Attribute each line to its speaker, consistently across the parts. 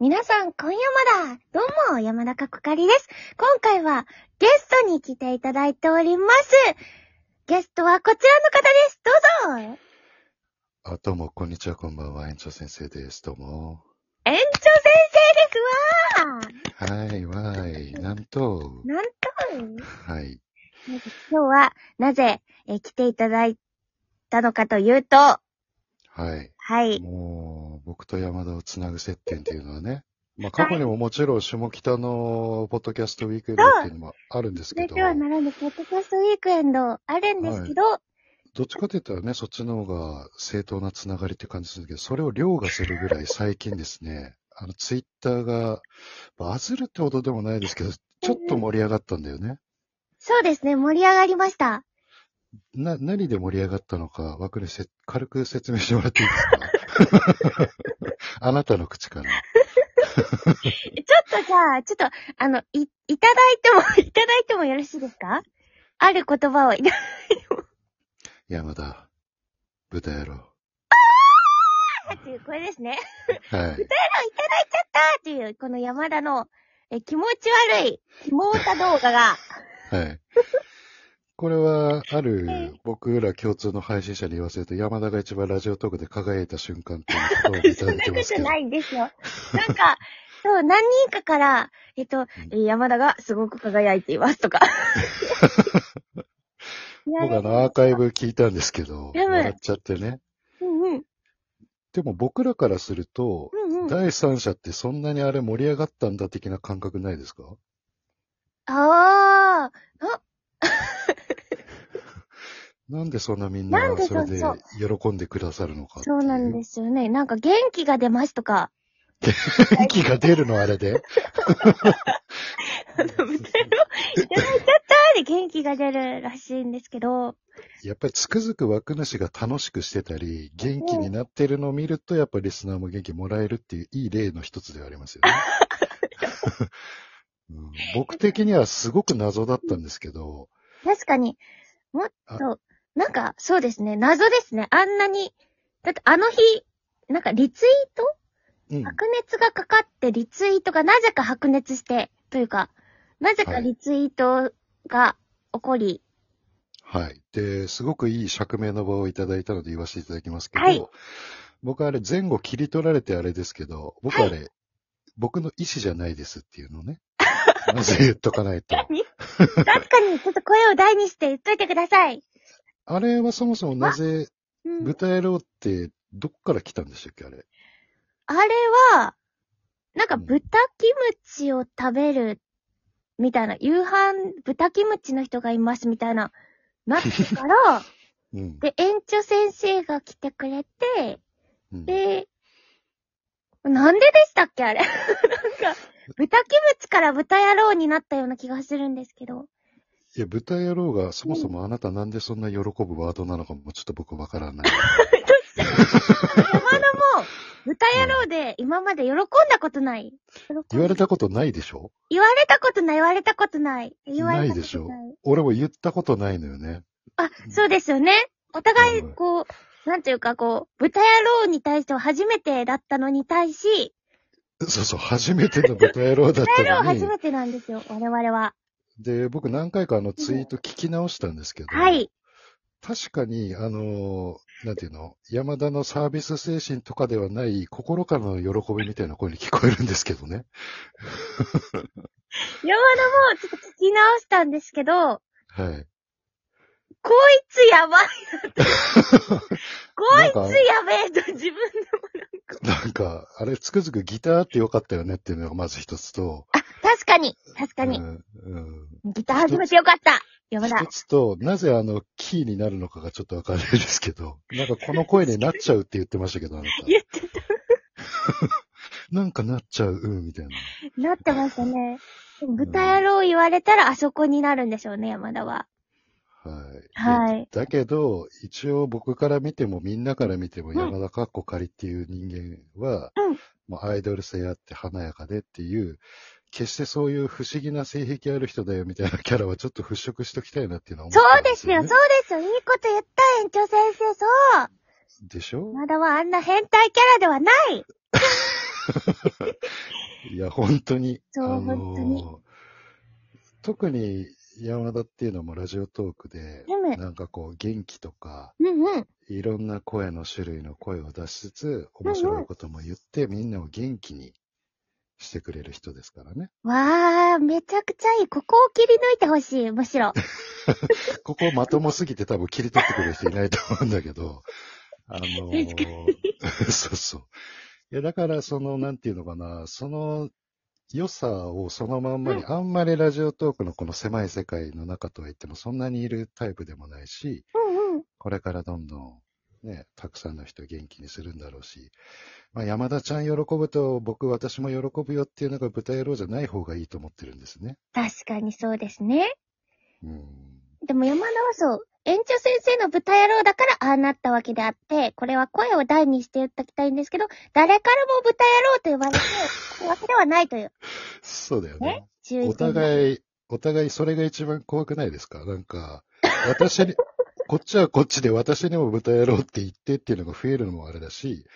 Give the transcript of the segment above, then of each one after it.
Speaker 1: 皆さん、今夜まだどうも、山中こかりです。今回は、ゲストに来ていただいております。ゲストはこちらの方です。どうぞ
Speaker 2: あ、どうも、こんにちは、こんばんは、園長先生です。どうも。
Speaker 1: 園長先生ですわ
Speaker 2: はい、わーい、なんと
Speaker 1: ー。なんと
Speaker 2: はい。
Speaker 1: 今日は、なぜ、えー来ていただいたのかというと、は
Speaker 2: はい。
Speaker 1: い。
Speaker 2: もう、僕と山田をつなぐ接点っていうのはね、まあ、過去にももちろん、下北のポッドキャストウィークエンドっていうのもあるんです
Speaker 1: そ
Speaker 2: け
Speaker 1: れ
Speaker 2: ど、
Speaker 1: ではならぬ、ポッドキャストウィークエンド、あるんですけど、
Speaker 2: どっちかといったらね、そっちの方が正当なつながりって感じするけど、それを凌駕するぐらい最近ですね、あの、ツイッターが、バズるってほどでもないですけど、ちょっと盛り上がったんだよね。
Speaker 1: そうですね、盛り上がりました。
Speaker 2: な、何で盛り上がったのか、枠でせ、軽く説明してもらっていいですか あなたの口から。
Speaker 1: ちょっとじゃあ、ちょっと、あの、い、いただいても、いただいてもよろしいですかある言葉を、いた
Speaker 2: 山田、豚野郎。
Speaker 1: っていう、これですね。
Speaker 2: はい。
Speaker 1: あーっていう、この山田の、え、気持ち悪い、キモータ動画が、
Speaker 2: はい。これは、ある、僕ら共通の配信者に言わせると、山田が一番ラジオトークで輝いた瞬間っていうことをいただいて
Speaker 1: 出
Speaker 2: ます
Speaker 1: て
Speaker 2: けど
Speaker 1: な。いんですよ。なんか、そう、何人かから、えっと、え山田がすごく輝いていますとか。
Speaker 2: 僕あの、アーカイブ聞いたんですけど、
Speaker 1: やばい
Speaker 2: 笑っちゃってね。
Speaker 1: うんうん。
Speaker 2: でも僕らからすると、
Speaker 1: うんうん。
Speaker 2: 第三者ってそんなにあれ盛り上がったんだ的な感覚ないですか
Speaker 1: ああ、
Speaker 2: なんでそんなみん
Speaker 1: なん
Speaker 2: な
Speaker 1: で
Speaker 2: それで
Speaker 1: そう
Speaker 2: 喜んでくださるのかってい。
Speaker 1: そうなんですすよね。なんか元気が出ますとか。
Speaker 2: 息が出るのあれで。
Speaker 1: あの、豚の、いただいちゃったで元気が出るらしいんですけど。
Speaker 2: やっぱりつくづく枠主が楽しくしてたり、元気になってるのを見ると、やっぱりリスナーも元気もらえるっていういい例の一つではありますよね。 うん僕的にはすごく謎だったんですけど、
Speaker 1: 確かに、もっと、なんか、そうですね、謎ですね。あんなに、だってあの日、なんかリツイート
Speaker 2: うん、
Speaker 1: 白熱がかかってリツイートがなぜか白熱して、というか、なぜかリツイートが起こり、
Speaker 2: はい。で、すごくいい釈明の場をいただいたので言わせていただきますけど、
Speaker 1: はい
Speaker 2: 僕あれ前後切り取られてあれですけど、僕あれ、僕の意思じゃないですっていうのをね。 まず言っとかないと。
Speaker 1: 確かにちょっと声を大にして言っといてください。
Speaker 2: あれはそもそもなぜ、
Speaker 1: うん、
Speaker 2: 豚野郎ってどっから来たんでしたっけ、あれ。
Speaker 1: あれは、なんか豚キムチを食べる、みたいな、夕飯豚キムチの人がいますみたいな、なって から、
Speaker 2: うん。
Speaker 1: で、園長先生が来てくれて、
Speaker 2: うん
Speaker 1: で、なんででしたっけあれ。 なんか、豚キムチから豚野郎になったような気がするんですけど。
Speaker 2: いや、豚野郎がそもそもあなたなんでそんな喜ぶワードなのかもちょっと僕わからない。
Speaker 1: 山田も、豚野郎で今まで喜んだことない。喜んだ
Speaker 2: 言われたことないでしょ
Speaker 1: 言われたことない、言われたことない。言われたことない。
Speaker 2: ないでしょ俺も言ったことないのよね。
Speaker 1: あ、そうですよね。お互い、
Speaker 2: うん
Speaker 1: こう、なんていうか、こう、豚野郎に対しては初めてだったのに対し、
Speaker 2: そうそう、初めての豚野郎だっ
Speaker 1: 豚 野郎
Speaker 2: たの
Speaker 1: 初
Speaker 2: に。
Speaker 1: めてなんですよ、我々は。
Speaker 2: で、僕何回かあのツイート聞き直したんですけど、
Speaker 1: はい。
Speaker 2: 確かに、あのー、なんていうの、山田のサービス精神とかではない心からの喜びみたいな声に聞こえるんですけどね。
Speaker 1: 山田も、ちょっと聞き直したんですけど、
Speaker 2: はい。
Speaker 1: こいつやばい
Speaker 2: なん
Speaker 1: こ
Speaker 2: か
Speaker 1: いつ、やべえと自分で
Speaker 2: なんか、あれ、つくづくギターってよかったよねっていうのがまず一つと、
Speaker 1: 確かに確か
Speaker 2: う
Speaker 1: に、
Speaker 2: んうん
Speaker 1: ギター始めてよかった山田
Speaker 2: 一つと、なぜあの、キーになるのかがちょっとわかんないですけど、なんかこの声になっちゃうって言ってましたけど、あな
Speaker 1: 言ってた。
Speaker 2: た。なんかなっちゃう、うん、みたいな。
Speaker 1: なってましたね。でも豚野郎言われたらあそこになるんでしょうね、山田は。
Speaker 2: はい。
Speaker 1: はい
Speaker 2: だけど、一応僕から見ても、みんなから見ても、山田かっこ仮っていう人間は、
Speaker 1: うん
Speaker 2: もうアイドル性あって華やかでっていう、決してそういう不思議な性癖ある人だよみたいなキャラはちょっと払拭しときたいなっていうのは
Speaker 1: そ
Speaker 2: 思って
Speaker 1: う
Speaker 2: るん
Speaker 1: ですよ、そう
Speaker 2: ね
Speaker 1: ですよ。いいこと言った、園長先生。そう
Speaker 2: でしょ
Speaker 1: 山田はあんな変態キャラではない
Speaker 2: いや、本当に。
Speaker 1: そう本当に
Speaker 2: 特に山田っていうのもラジオトークで、
Speaker 1: うん
Speaker 2: なんかこう、元気とか、
Speaker 1: うんうん。
Speaker 2: いろんな声の種類の声を出しつつ、面白いことも言って、みんなを元気にしてくれる人ですからね。
Speaker 1: わー、めちゃくちゃいい。ここを切り抜いてほしい、むしろ。
Speaker 2: ここまともすぎて多分切り取ってくれる人いないと思うんだけど、あのー、 そうそう。いや、だからその、なんていうのかな、その良さをそのまんまに、あんまりラジオトークのこの狭い世界の中とは言ってもそんなにいるタイプでもないし、
Speaker 1: うんうん。
Speaker 2: これからどんどん、ね、たくさんの人を元気にするんだろうし、まあ、山田ちゃん喜ぶと僕、私も喜ぶよっていうのが豚野郎じゃない方がいいと思ってるんですね。
Speaker 1: 確かにそうですね。
Speaker 2: うん。
Speaker 1: でも山田はそう、園長先生の豚野郎だからああなったわけであって、これは声を大にして言っておきたいんですけど、誰からも豚野郎と呼ば れて、わけではないという、
Speaker 2: そうだよね
Speaker 1: ね。注意
Speaker 2: お互い、お互いそれが一番怖くないですかなんか、私に、 こっちはこっちで私にも豚野郎って言ってっていうのが増えるのもあれだし、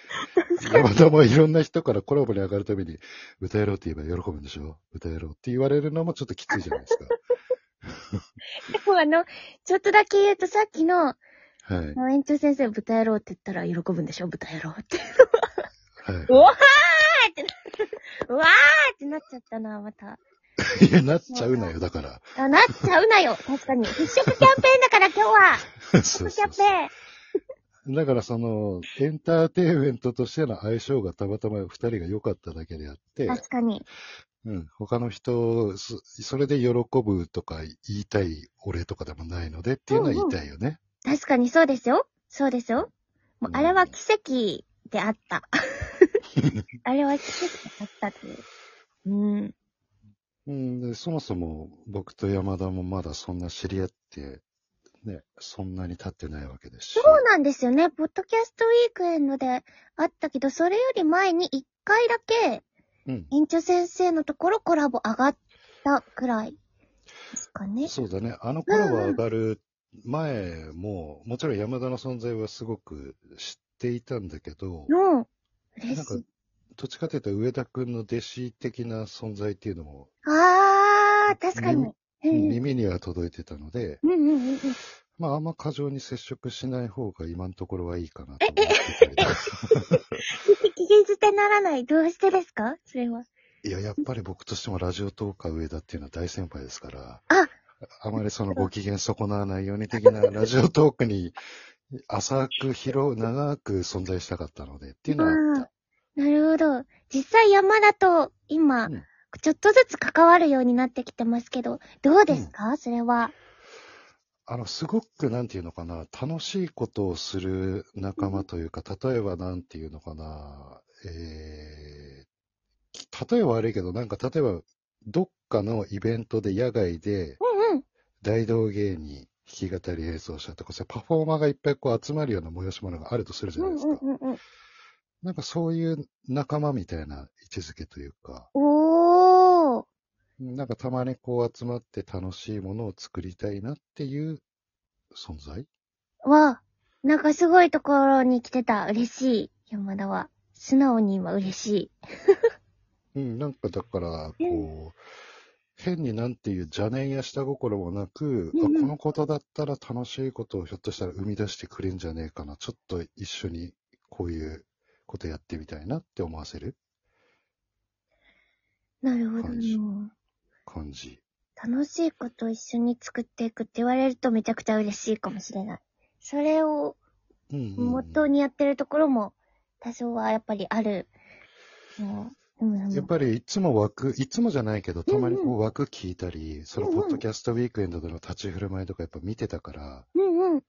Speaker 2: 山田もいろんな人からコラボに上がるために、豚野郎って言えば喜ぶんでしょ豚野郎って言われるのもちょっときついじゃないです
Speaker 1: でもあの、ちょっとだけ言うとさっきの、あ
Speaker 2: か。はい。
Speaker 1: の園長先生豚野郎って言ったら喜ぶんでしょ豚野郎って。
Speaker 2: は
Speaker 1: うわーってな、う わーってなっちゃったな、また。
Speaker 2: い。いや、 なっちゃうなよ、だから。
Speaker 1: あ、なっちゃうなよ、確かに。一色キャンペーンだから今日は。
Speaker 2: そう
Speaker 1: 一
Speaker 2: そう
Speaker 1: 色キ
Speaker 2: そ
Speaker 1: ャン
Speaker 2: う
Speaker 1: ペーン。
Speaker 2: だからその、エンターテインメントとしての相性がたまたま二人が良かっただけであって、
Speaker 1: 確かに。
Speaker 2: うん、他の人そ、それで喜ぶとか言いたい俺とかでもないのでっていうのは言いたいよね。
Speaker 1: 確かにそうですよ。そうですよ。もうあれは奇跡であ った。あれは奇跡であったという。うん。
Speaker 2: うんでそもそも僕と山田もまだそんな知り合って、ね、そんなに経ってないわけですし。
Speaker 1: そうなんですよね。ポッドキャストウィークエンドであったけど、それより前に一回だけ、
Speaker 2: うん。
Speaker 1: 院長先生のところコラボ上がったくらいですかね。
Speaker 2: そうだね。あの頃は上がる前も、もちろん山田の存在はすごく知っていたんだけど、
Speaker 1: の、嬉
Speaker 2: なん
Speaker 1: し
Speaker 2: か
Speaker 1: い。
Speaker 2: どっちかというと上田くんの弟子的な存在っていうのも、
Speaker 1: あー、確かに。うん
Speaker 2: 耳には届いてたので、
Speaker 1: うんうんうんうん。
Speaker 2: まあ、あんま過剰に接触しない方が今のところはいいかなと思ってたりとか。
Speaker 1: 機嫌捨てならない。どうしてですかそれは。
Speaker 2: いや、やっぱり僕としてもラジオトーカー上田っていうのは大先輩ですから。
Speaker 1: あ
Speaker 2: あまりそのご機嫌損なわないように的なラジオトークに浅く広、長く存在したかったのでっていうのはあった。
Speaker 1: なるほど。実際山田と今、
Speaker 2: うん
Speaker 1: ちょっとずつ関わるようになってきてますけど、どうですか、それは。
Speaker 2: あの、すごく、なんていうのかな、楽しいことをする仲間というか、例えば、なんていうのかな、えー、例えば悪いけど、なんか、例えば、どっかのイベントで野外で、
Speaker 1: うんうん。
Speaker 2: 大道芸に弾き語り演奏したとか、それパフォーマーがいっぱいこう集まるような催し物があるとするじゃ
Speaker 1: う
Speaker 2: ない
Speaker 1: ん
Speaker 2: です
Speaker 1: うん
Speaker 2: か。
Speaker 1: うんうん。
Speaker 2: なんか、そういう仲間みたいな位置づけというか、
Speaker 1: おー。
Speaker 2: なんか、たまにこう集まって楽しいものを作りたいなっていう存在
Speaker 1: わ、なんかすごいところに来てた。嬉しい。山田は。素直に今嬉しい。
Speaker 2: うん、なんかだから、
Speaker 1: うん
Speaker 2: こう、変になんていう邪念や下心もなく、
Speaker 1: うんうん
Speaker 2: あこのことだったら楽しいことをひょっとしたら生み出してくれんじゃねえかな。ちょっと一緒にこういうことやってみたいなって思わせる
Speaker 1: なるほど
Speaker 2: 感
Speaker 1: ね
Speaker 2: じ。感じ。
Speaker 1: 楽しいことを一緒に作っていくって言われるとめちゃくちゃ嬉しいかもしれない。それを
Speaker 2: うんうんうん、
Speaker 1: 元にやってるところも多少はやっぱりある。うんうんうん
Speaker 2: やっぱりいつも枠、いつもじゃないけど、たまにこう枠聞いたり、その
Speaker 1: うんう
Speaker 2: ポ
Speaker 1: ん
Speaker 2: ッドキャストウィークエンドでの立ち振る舞いとかやっぱ見てたから、
Speaker 1: うんうん。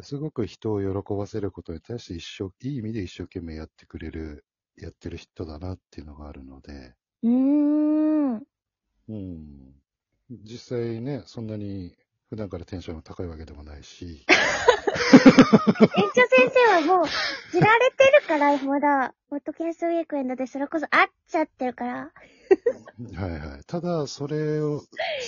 Speaker 2: すごく人を喜ばせることに対して一生、いい意味で一生懸命やってくれる、やってる人だなっていうのがあるので、
Speaker 1: うーん。
Speaker 2: うん。実際ね、そんなに普段からテンションが高いわけでもないし、
Speaker 1: 園長先生はもう知られてるから、まだ、ポッドキャストウィークエンドでそれこそ会っちゃってるから。
Speaker 2: はいはい。ただ、それを、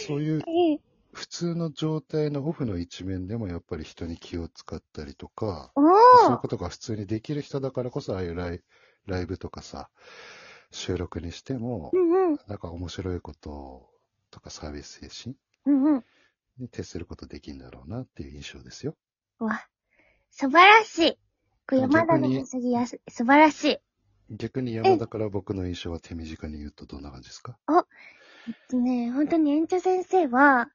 Speaker 2: そういう
Speaker 1: ええ。
Speaker 2: 普通の状態のオフの一面でもやっぱり人に気を使ったりとか、
Speaker 1: お
Speaker 2: そういう
Speaker 1: ー
Speaker 2: ことが普通にできる人だからこそ、ああいうライライブとかさ、収録にしても、
Speaker 1: うんうん。
Speaker 2: なんか面白いこととかサービス精神
Speaker 1: うんうん。
Speaker 2: に徹することできるんだろうなっていう印象ですよ。
Speaker 1: うわ。素晴らしい。これ
Speaker 2: 逆に
Speaker 1: 山田の小杉やす、素晴らしい。
Speaker 2: 逆に山田から僕の印象は手短に言うとどんな感じですか
Speaker 1: ね本当に園長先生は、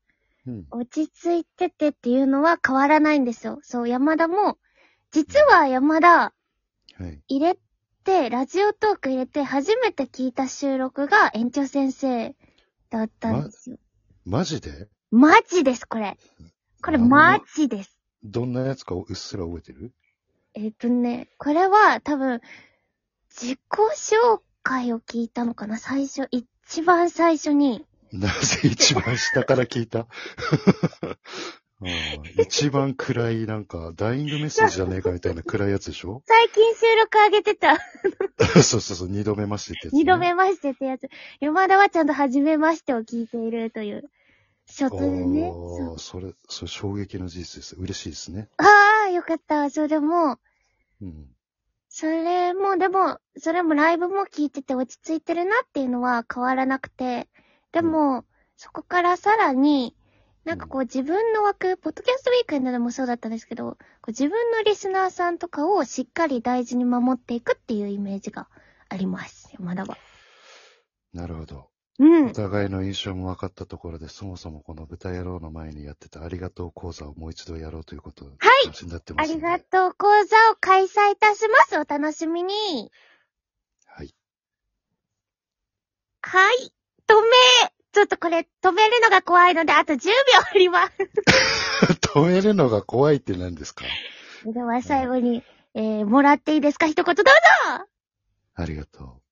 Speaker 2: うん。
Speaker 1: 落ち着いててっていうのは変わらないんですよ。そう、山田も、実は山田、
Speaker 2: はい。
Speaker 1: 入れて、ラジオトーク入れて初めて聞いた収録が園長先生だったんですよ。
Speaker 2: マジで
Speaker 1: マジです、これ。これ
Speaker 2: あの
Speaker 1: マジです。
Speaker 2: どんなやつかをうっすら覚えてる
Speaker 1: えっ、とね、これは多分、自己紹介を聞いたのかな最初、一番最初に。
Speaker 2: なぜ一番下から聞いた うん一番暗い、なんか、ダイイングメッセージじゃねえかみたいな暗いやつでしょ
Speaker 1: 最近収録上げてた、
Speaker 2: そうそうそう、二度目ましてってやつね、
Speaker 1: 二度目ましてってやつ。山田はちゃんと初めましてを聞いているという、初手でね。そう
Speaker 2: おーそれ、それ衝撃の事実です。嬉しいですね。
Speaker 1: ああ、よかった。それも、
Speaker 2: うん。
Speaker 1: それも、でも、それもライブも聞いてて落ち着いてるなっていうのは変わらなくて、でも、そこからさらに、なんかこう自分の枠、ポッドキャストウィークエンドでもそうだったんですけど、こう自分のリスナーさんとかをしっかり大事に守っていくっていうイメージがあります。まだは。
Speaker 2: なるほど。
Speaker 1: う
Speaker 2: お
Speaker 1: ん。
Speaker 2: 互いの印象も分かったところで、そもそもこの豚野郎の前にやってたありがとう講座をもう一度やろうということ、はい形になって
Speaker 1: あ
Speaker 2: ます
Speaker 1: り
Speaker 2: ので。
Speaker 1: がとう講座を開催いたします。お楽しみに。
Speaker 2: はい。
Speaker 1: はい。止め。ちょっとこれ止めるのが怖いので、あと10秒あります。
Speaker 2: 止めるのが怖いって何ですか
Speaker 1: それでは最後に、えー、もらっていいですか一言どうぞ
Speaker 2: ありがとう。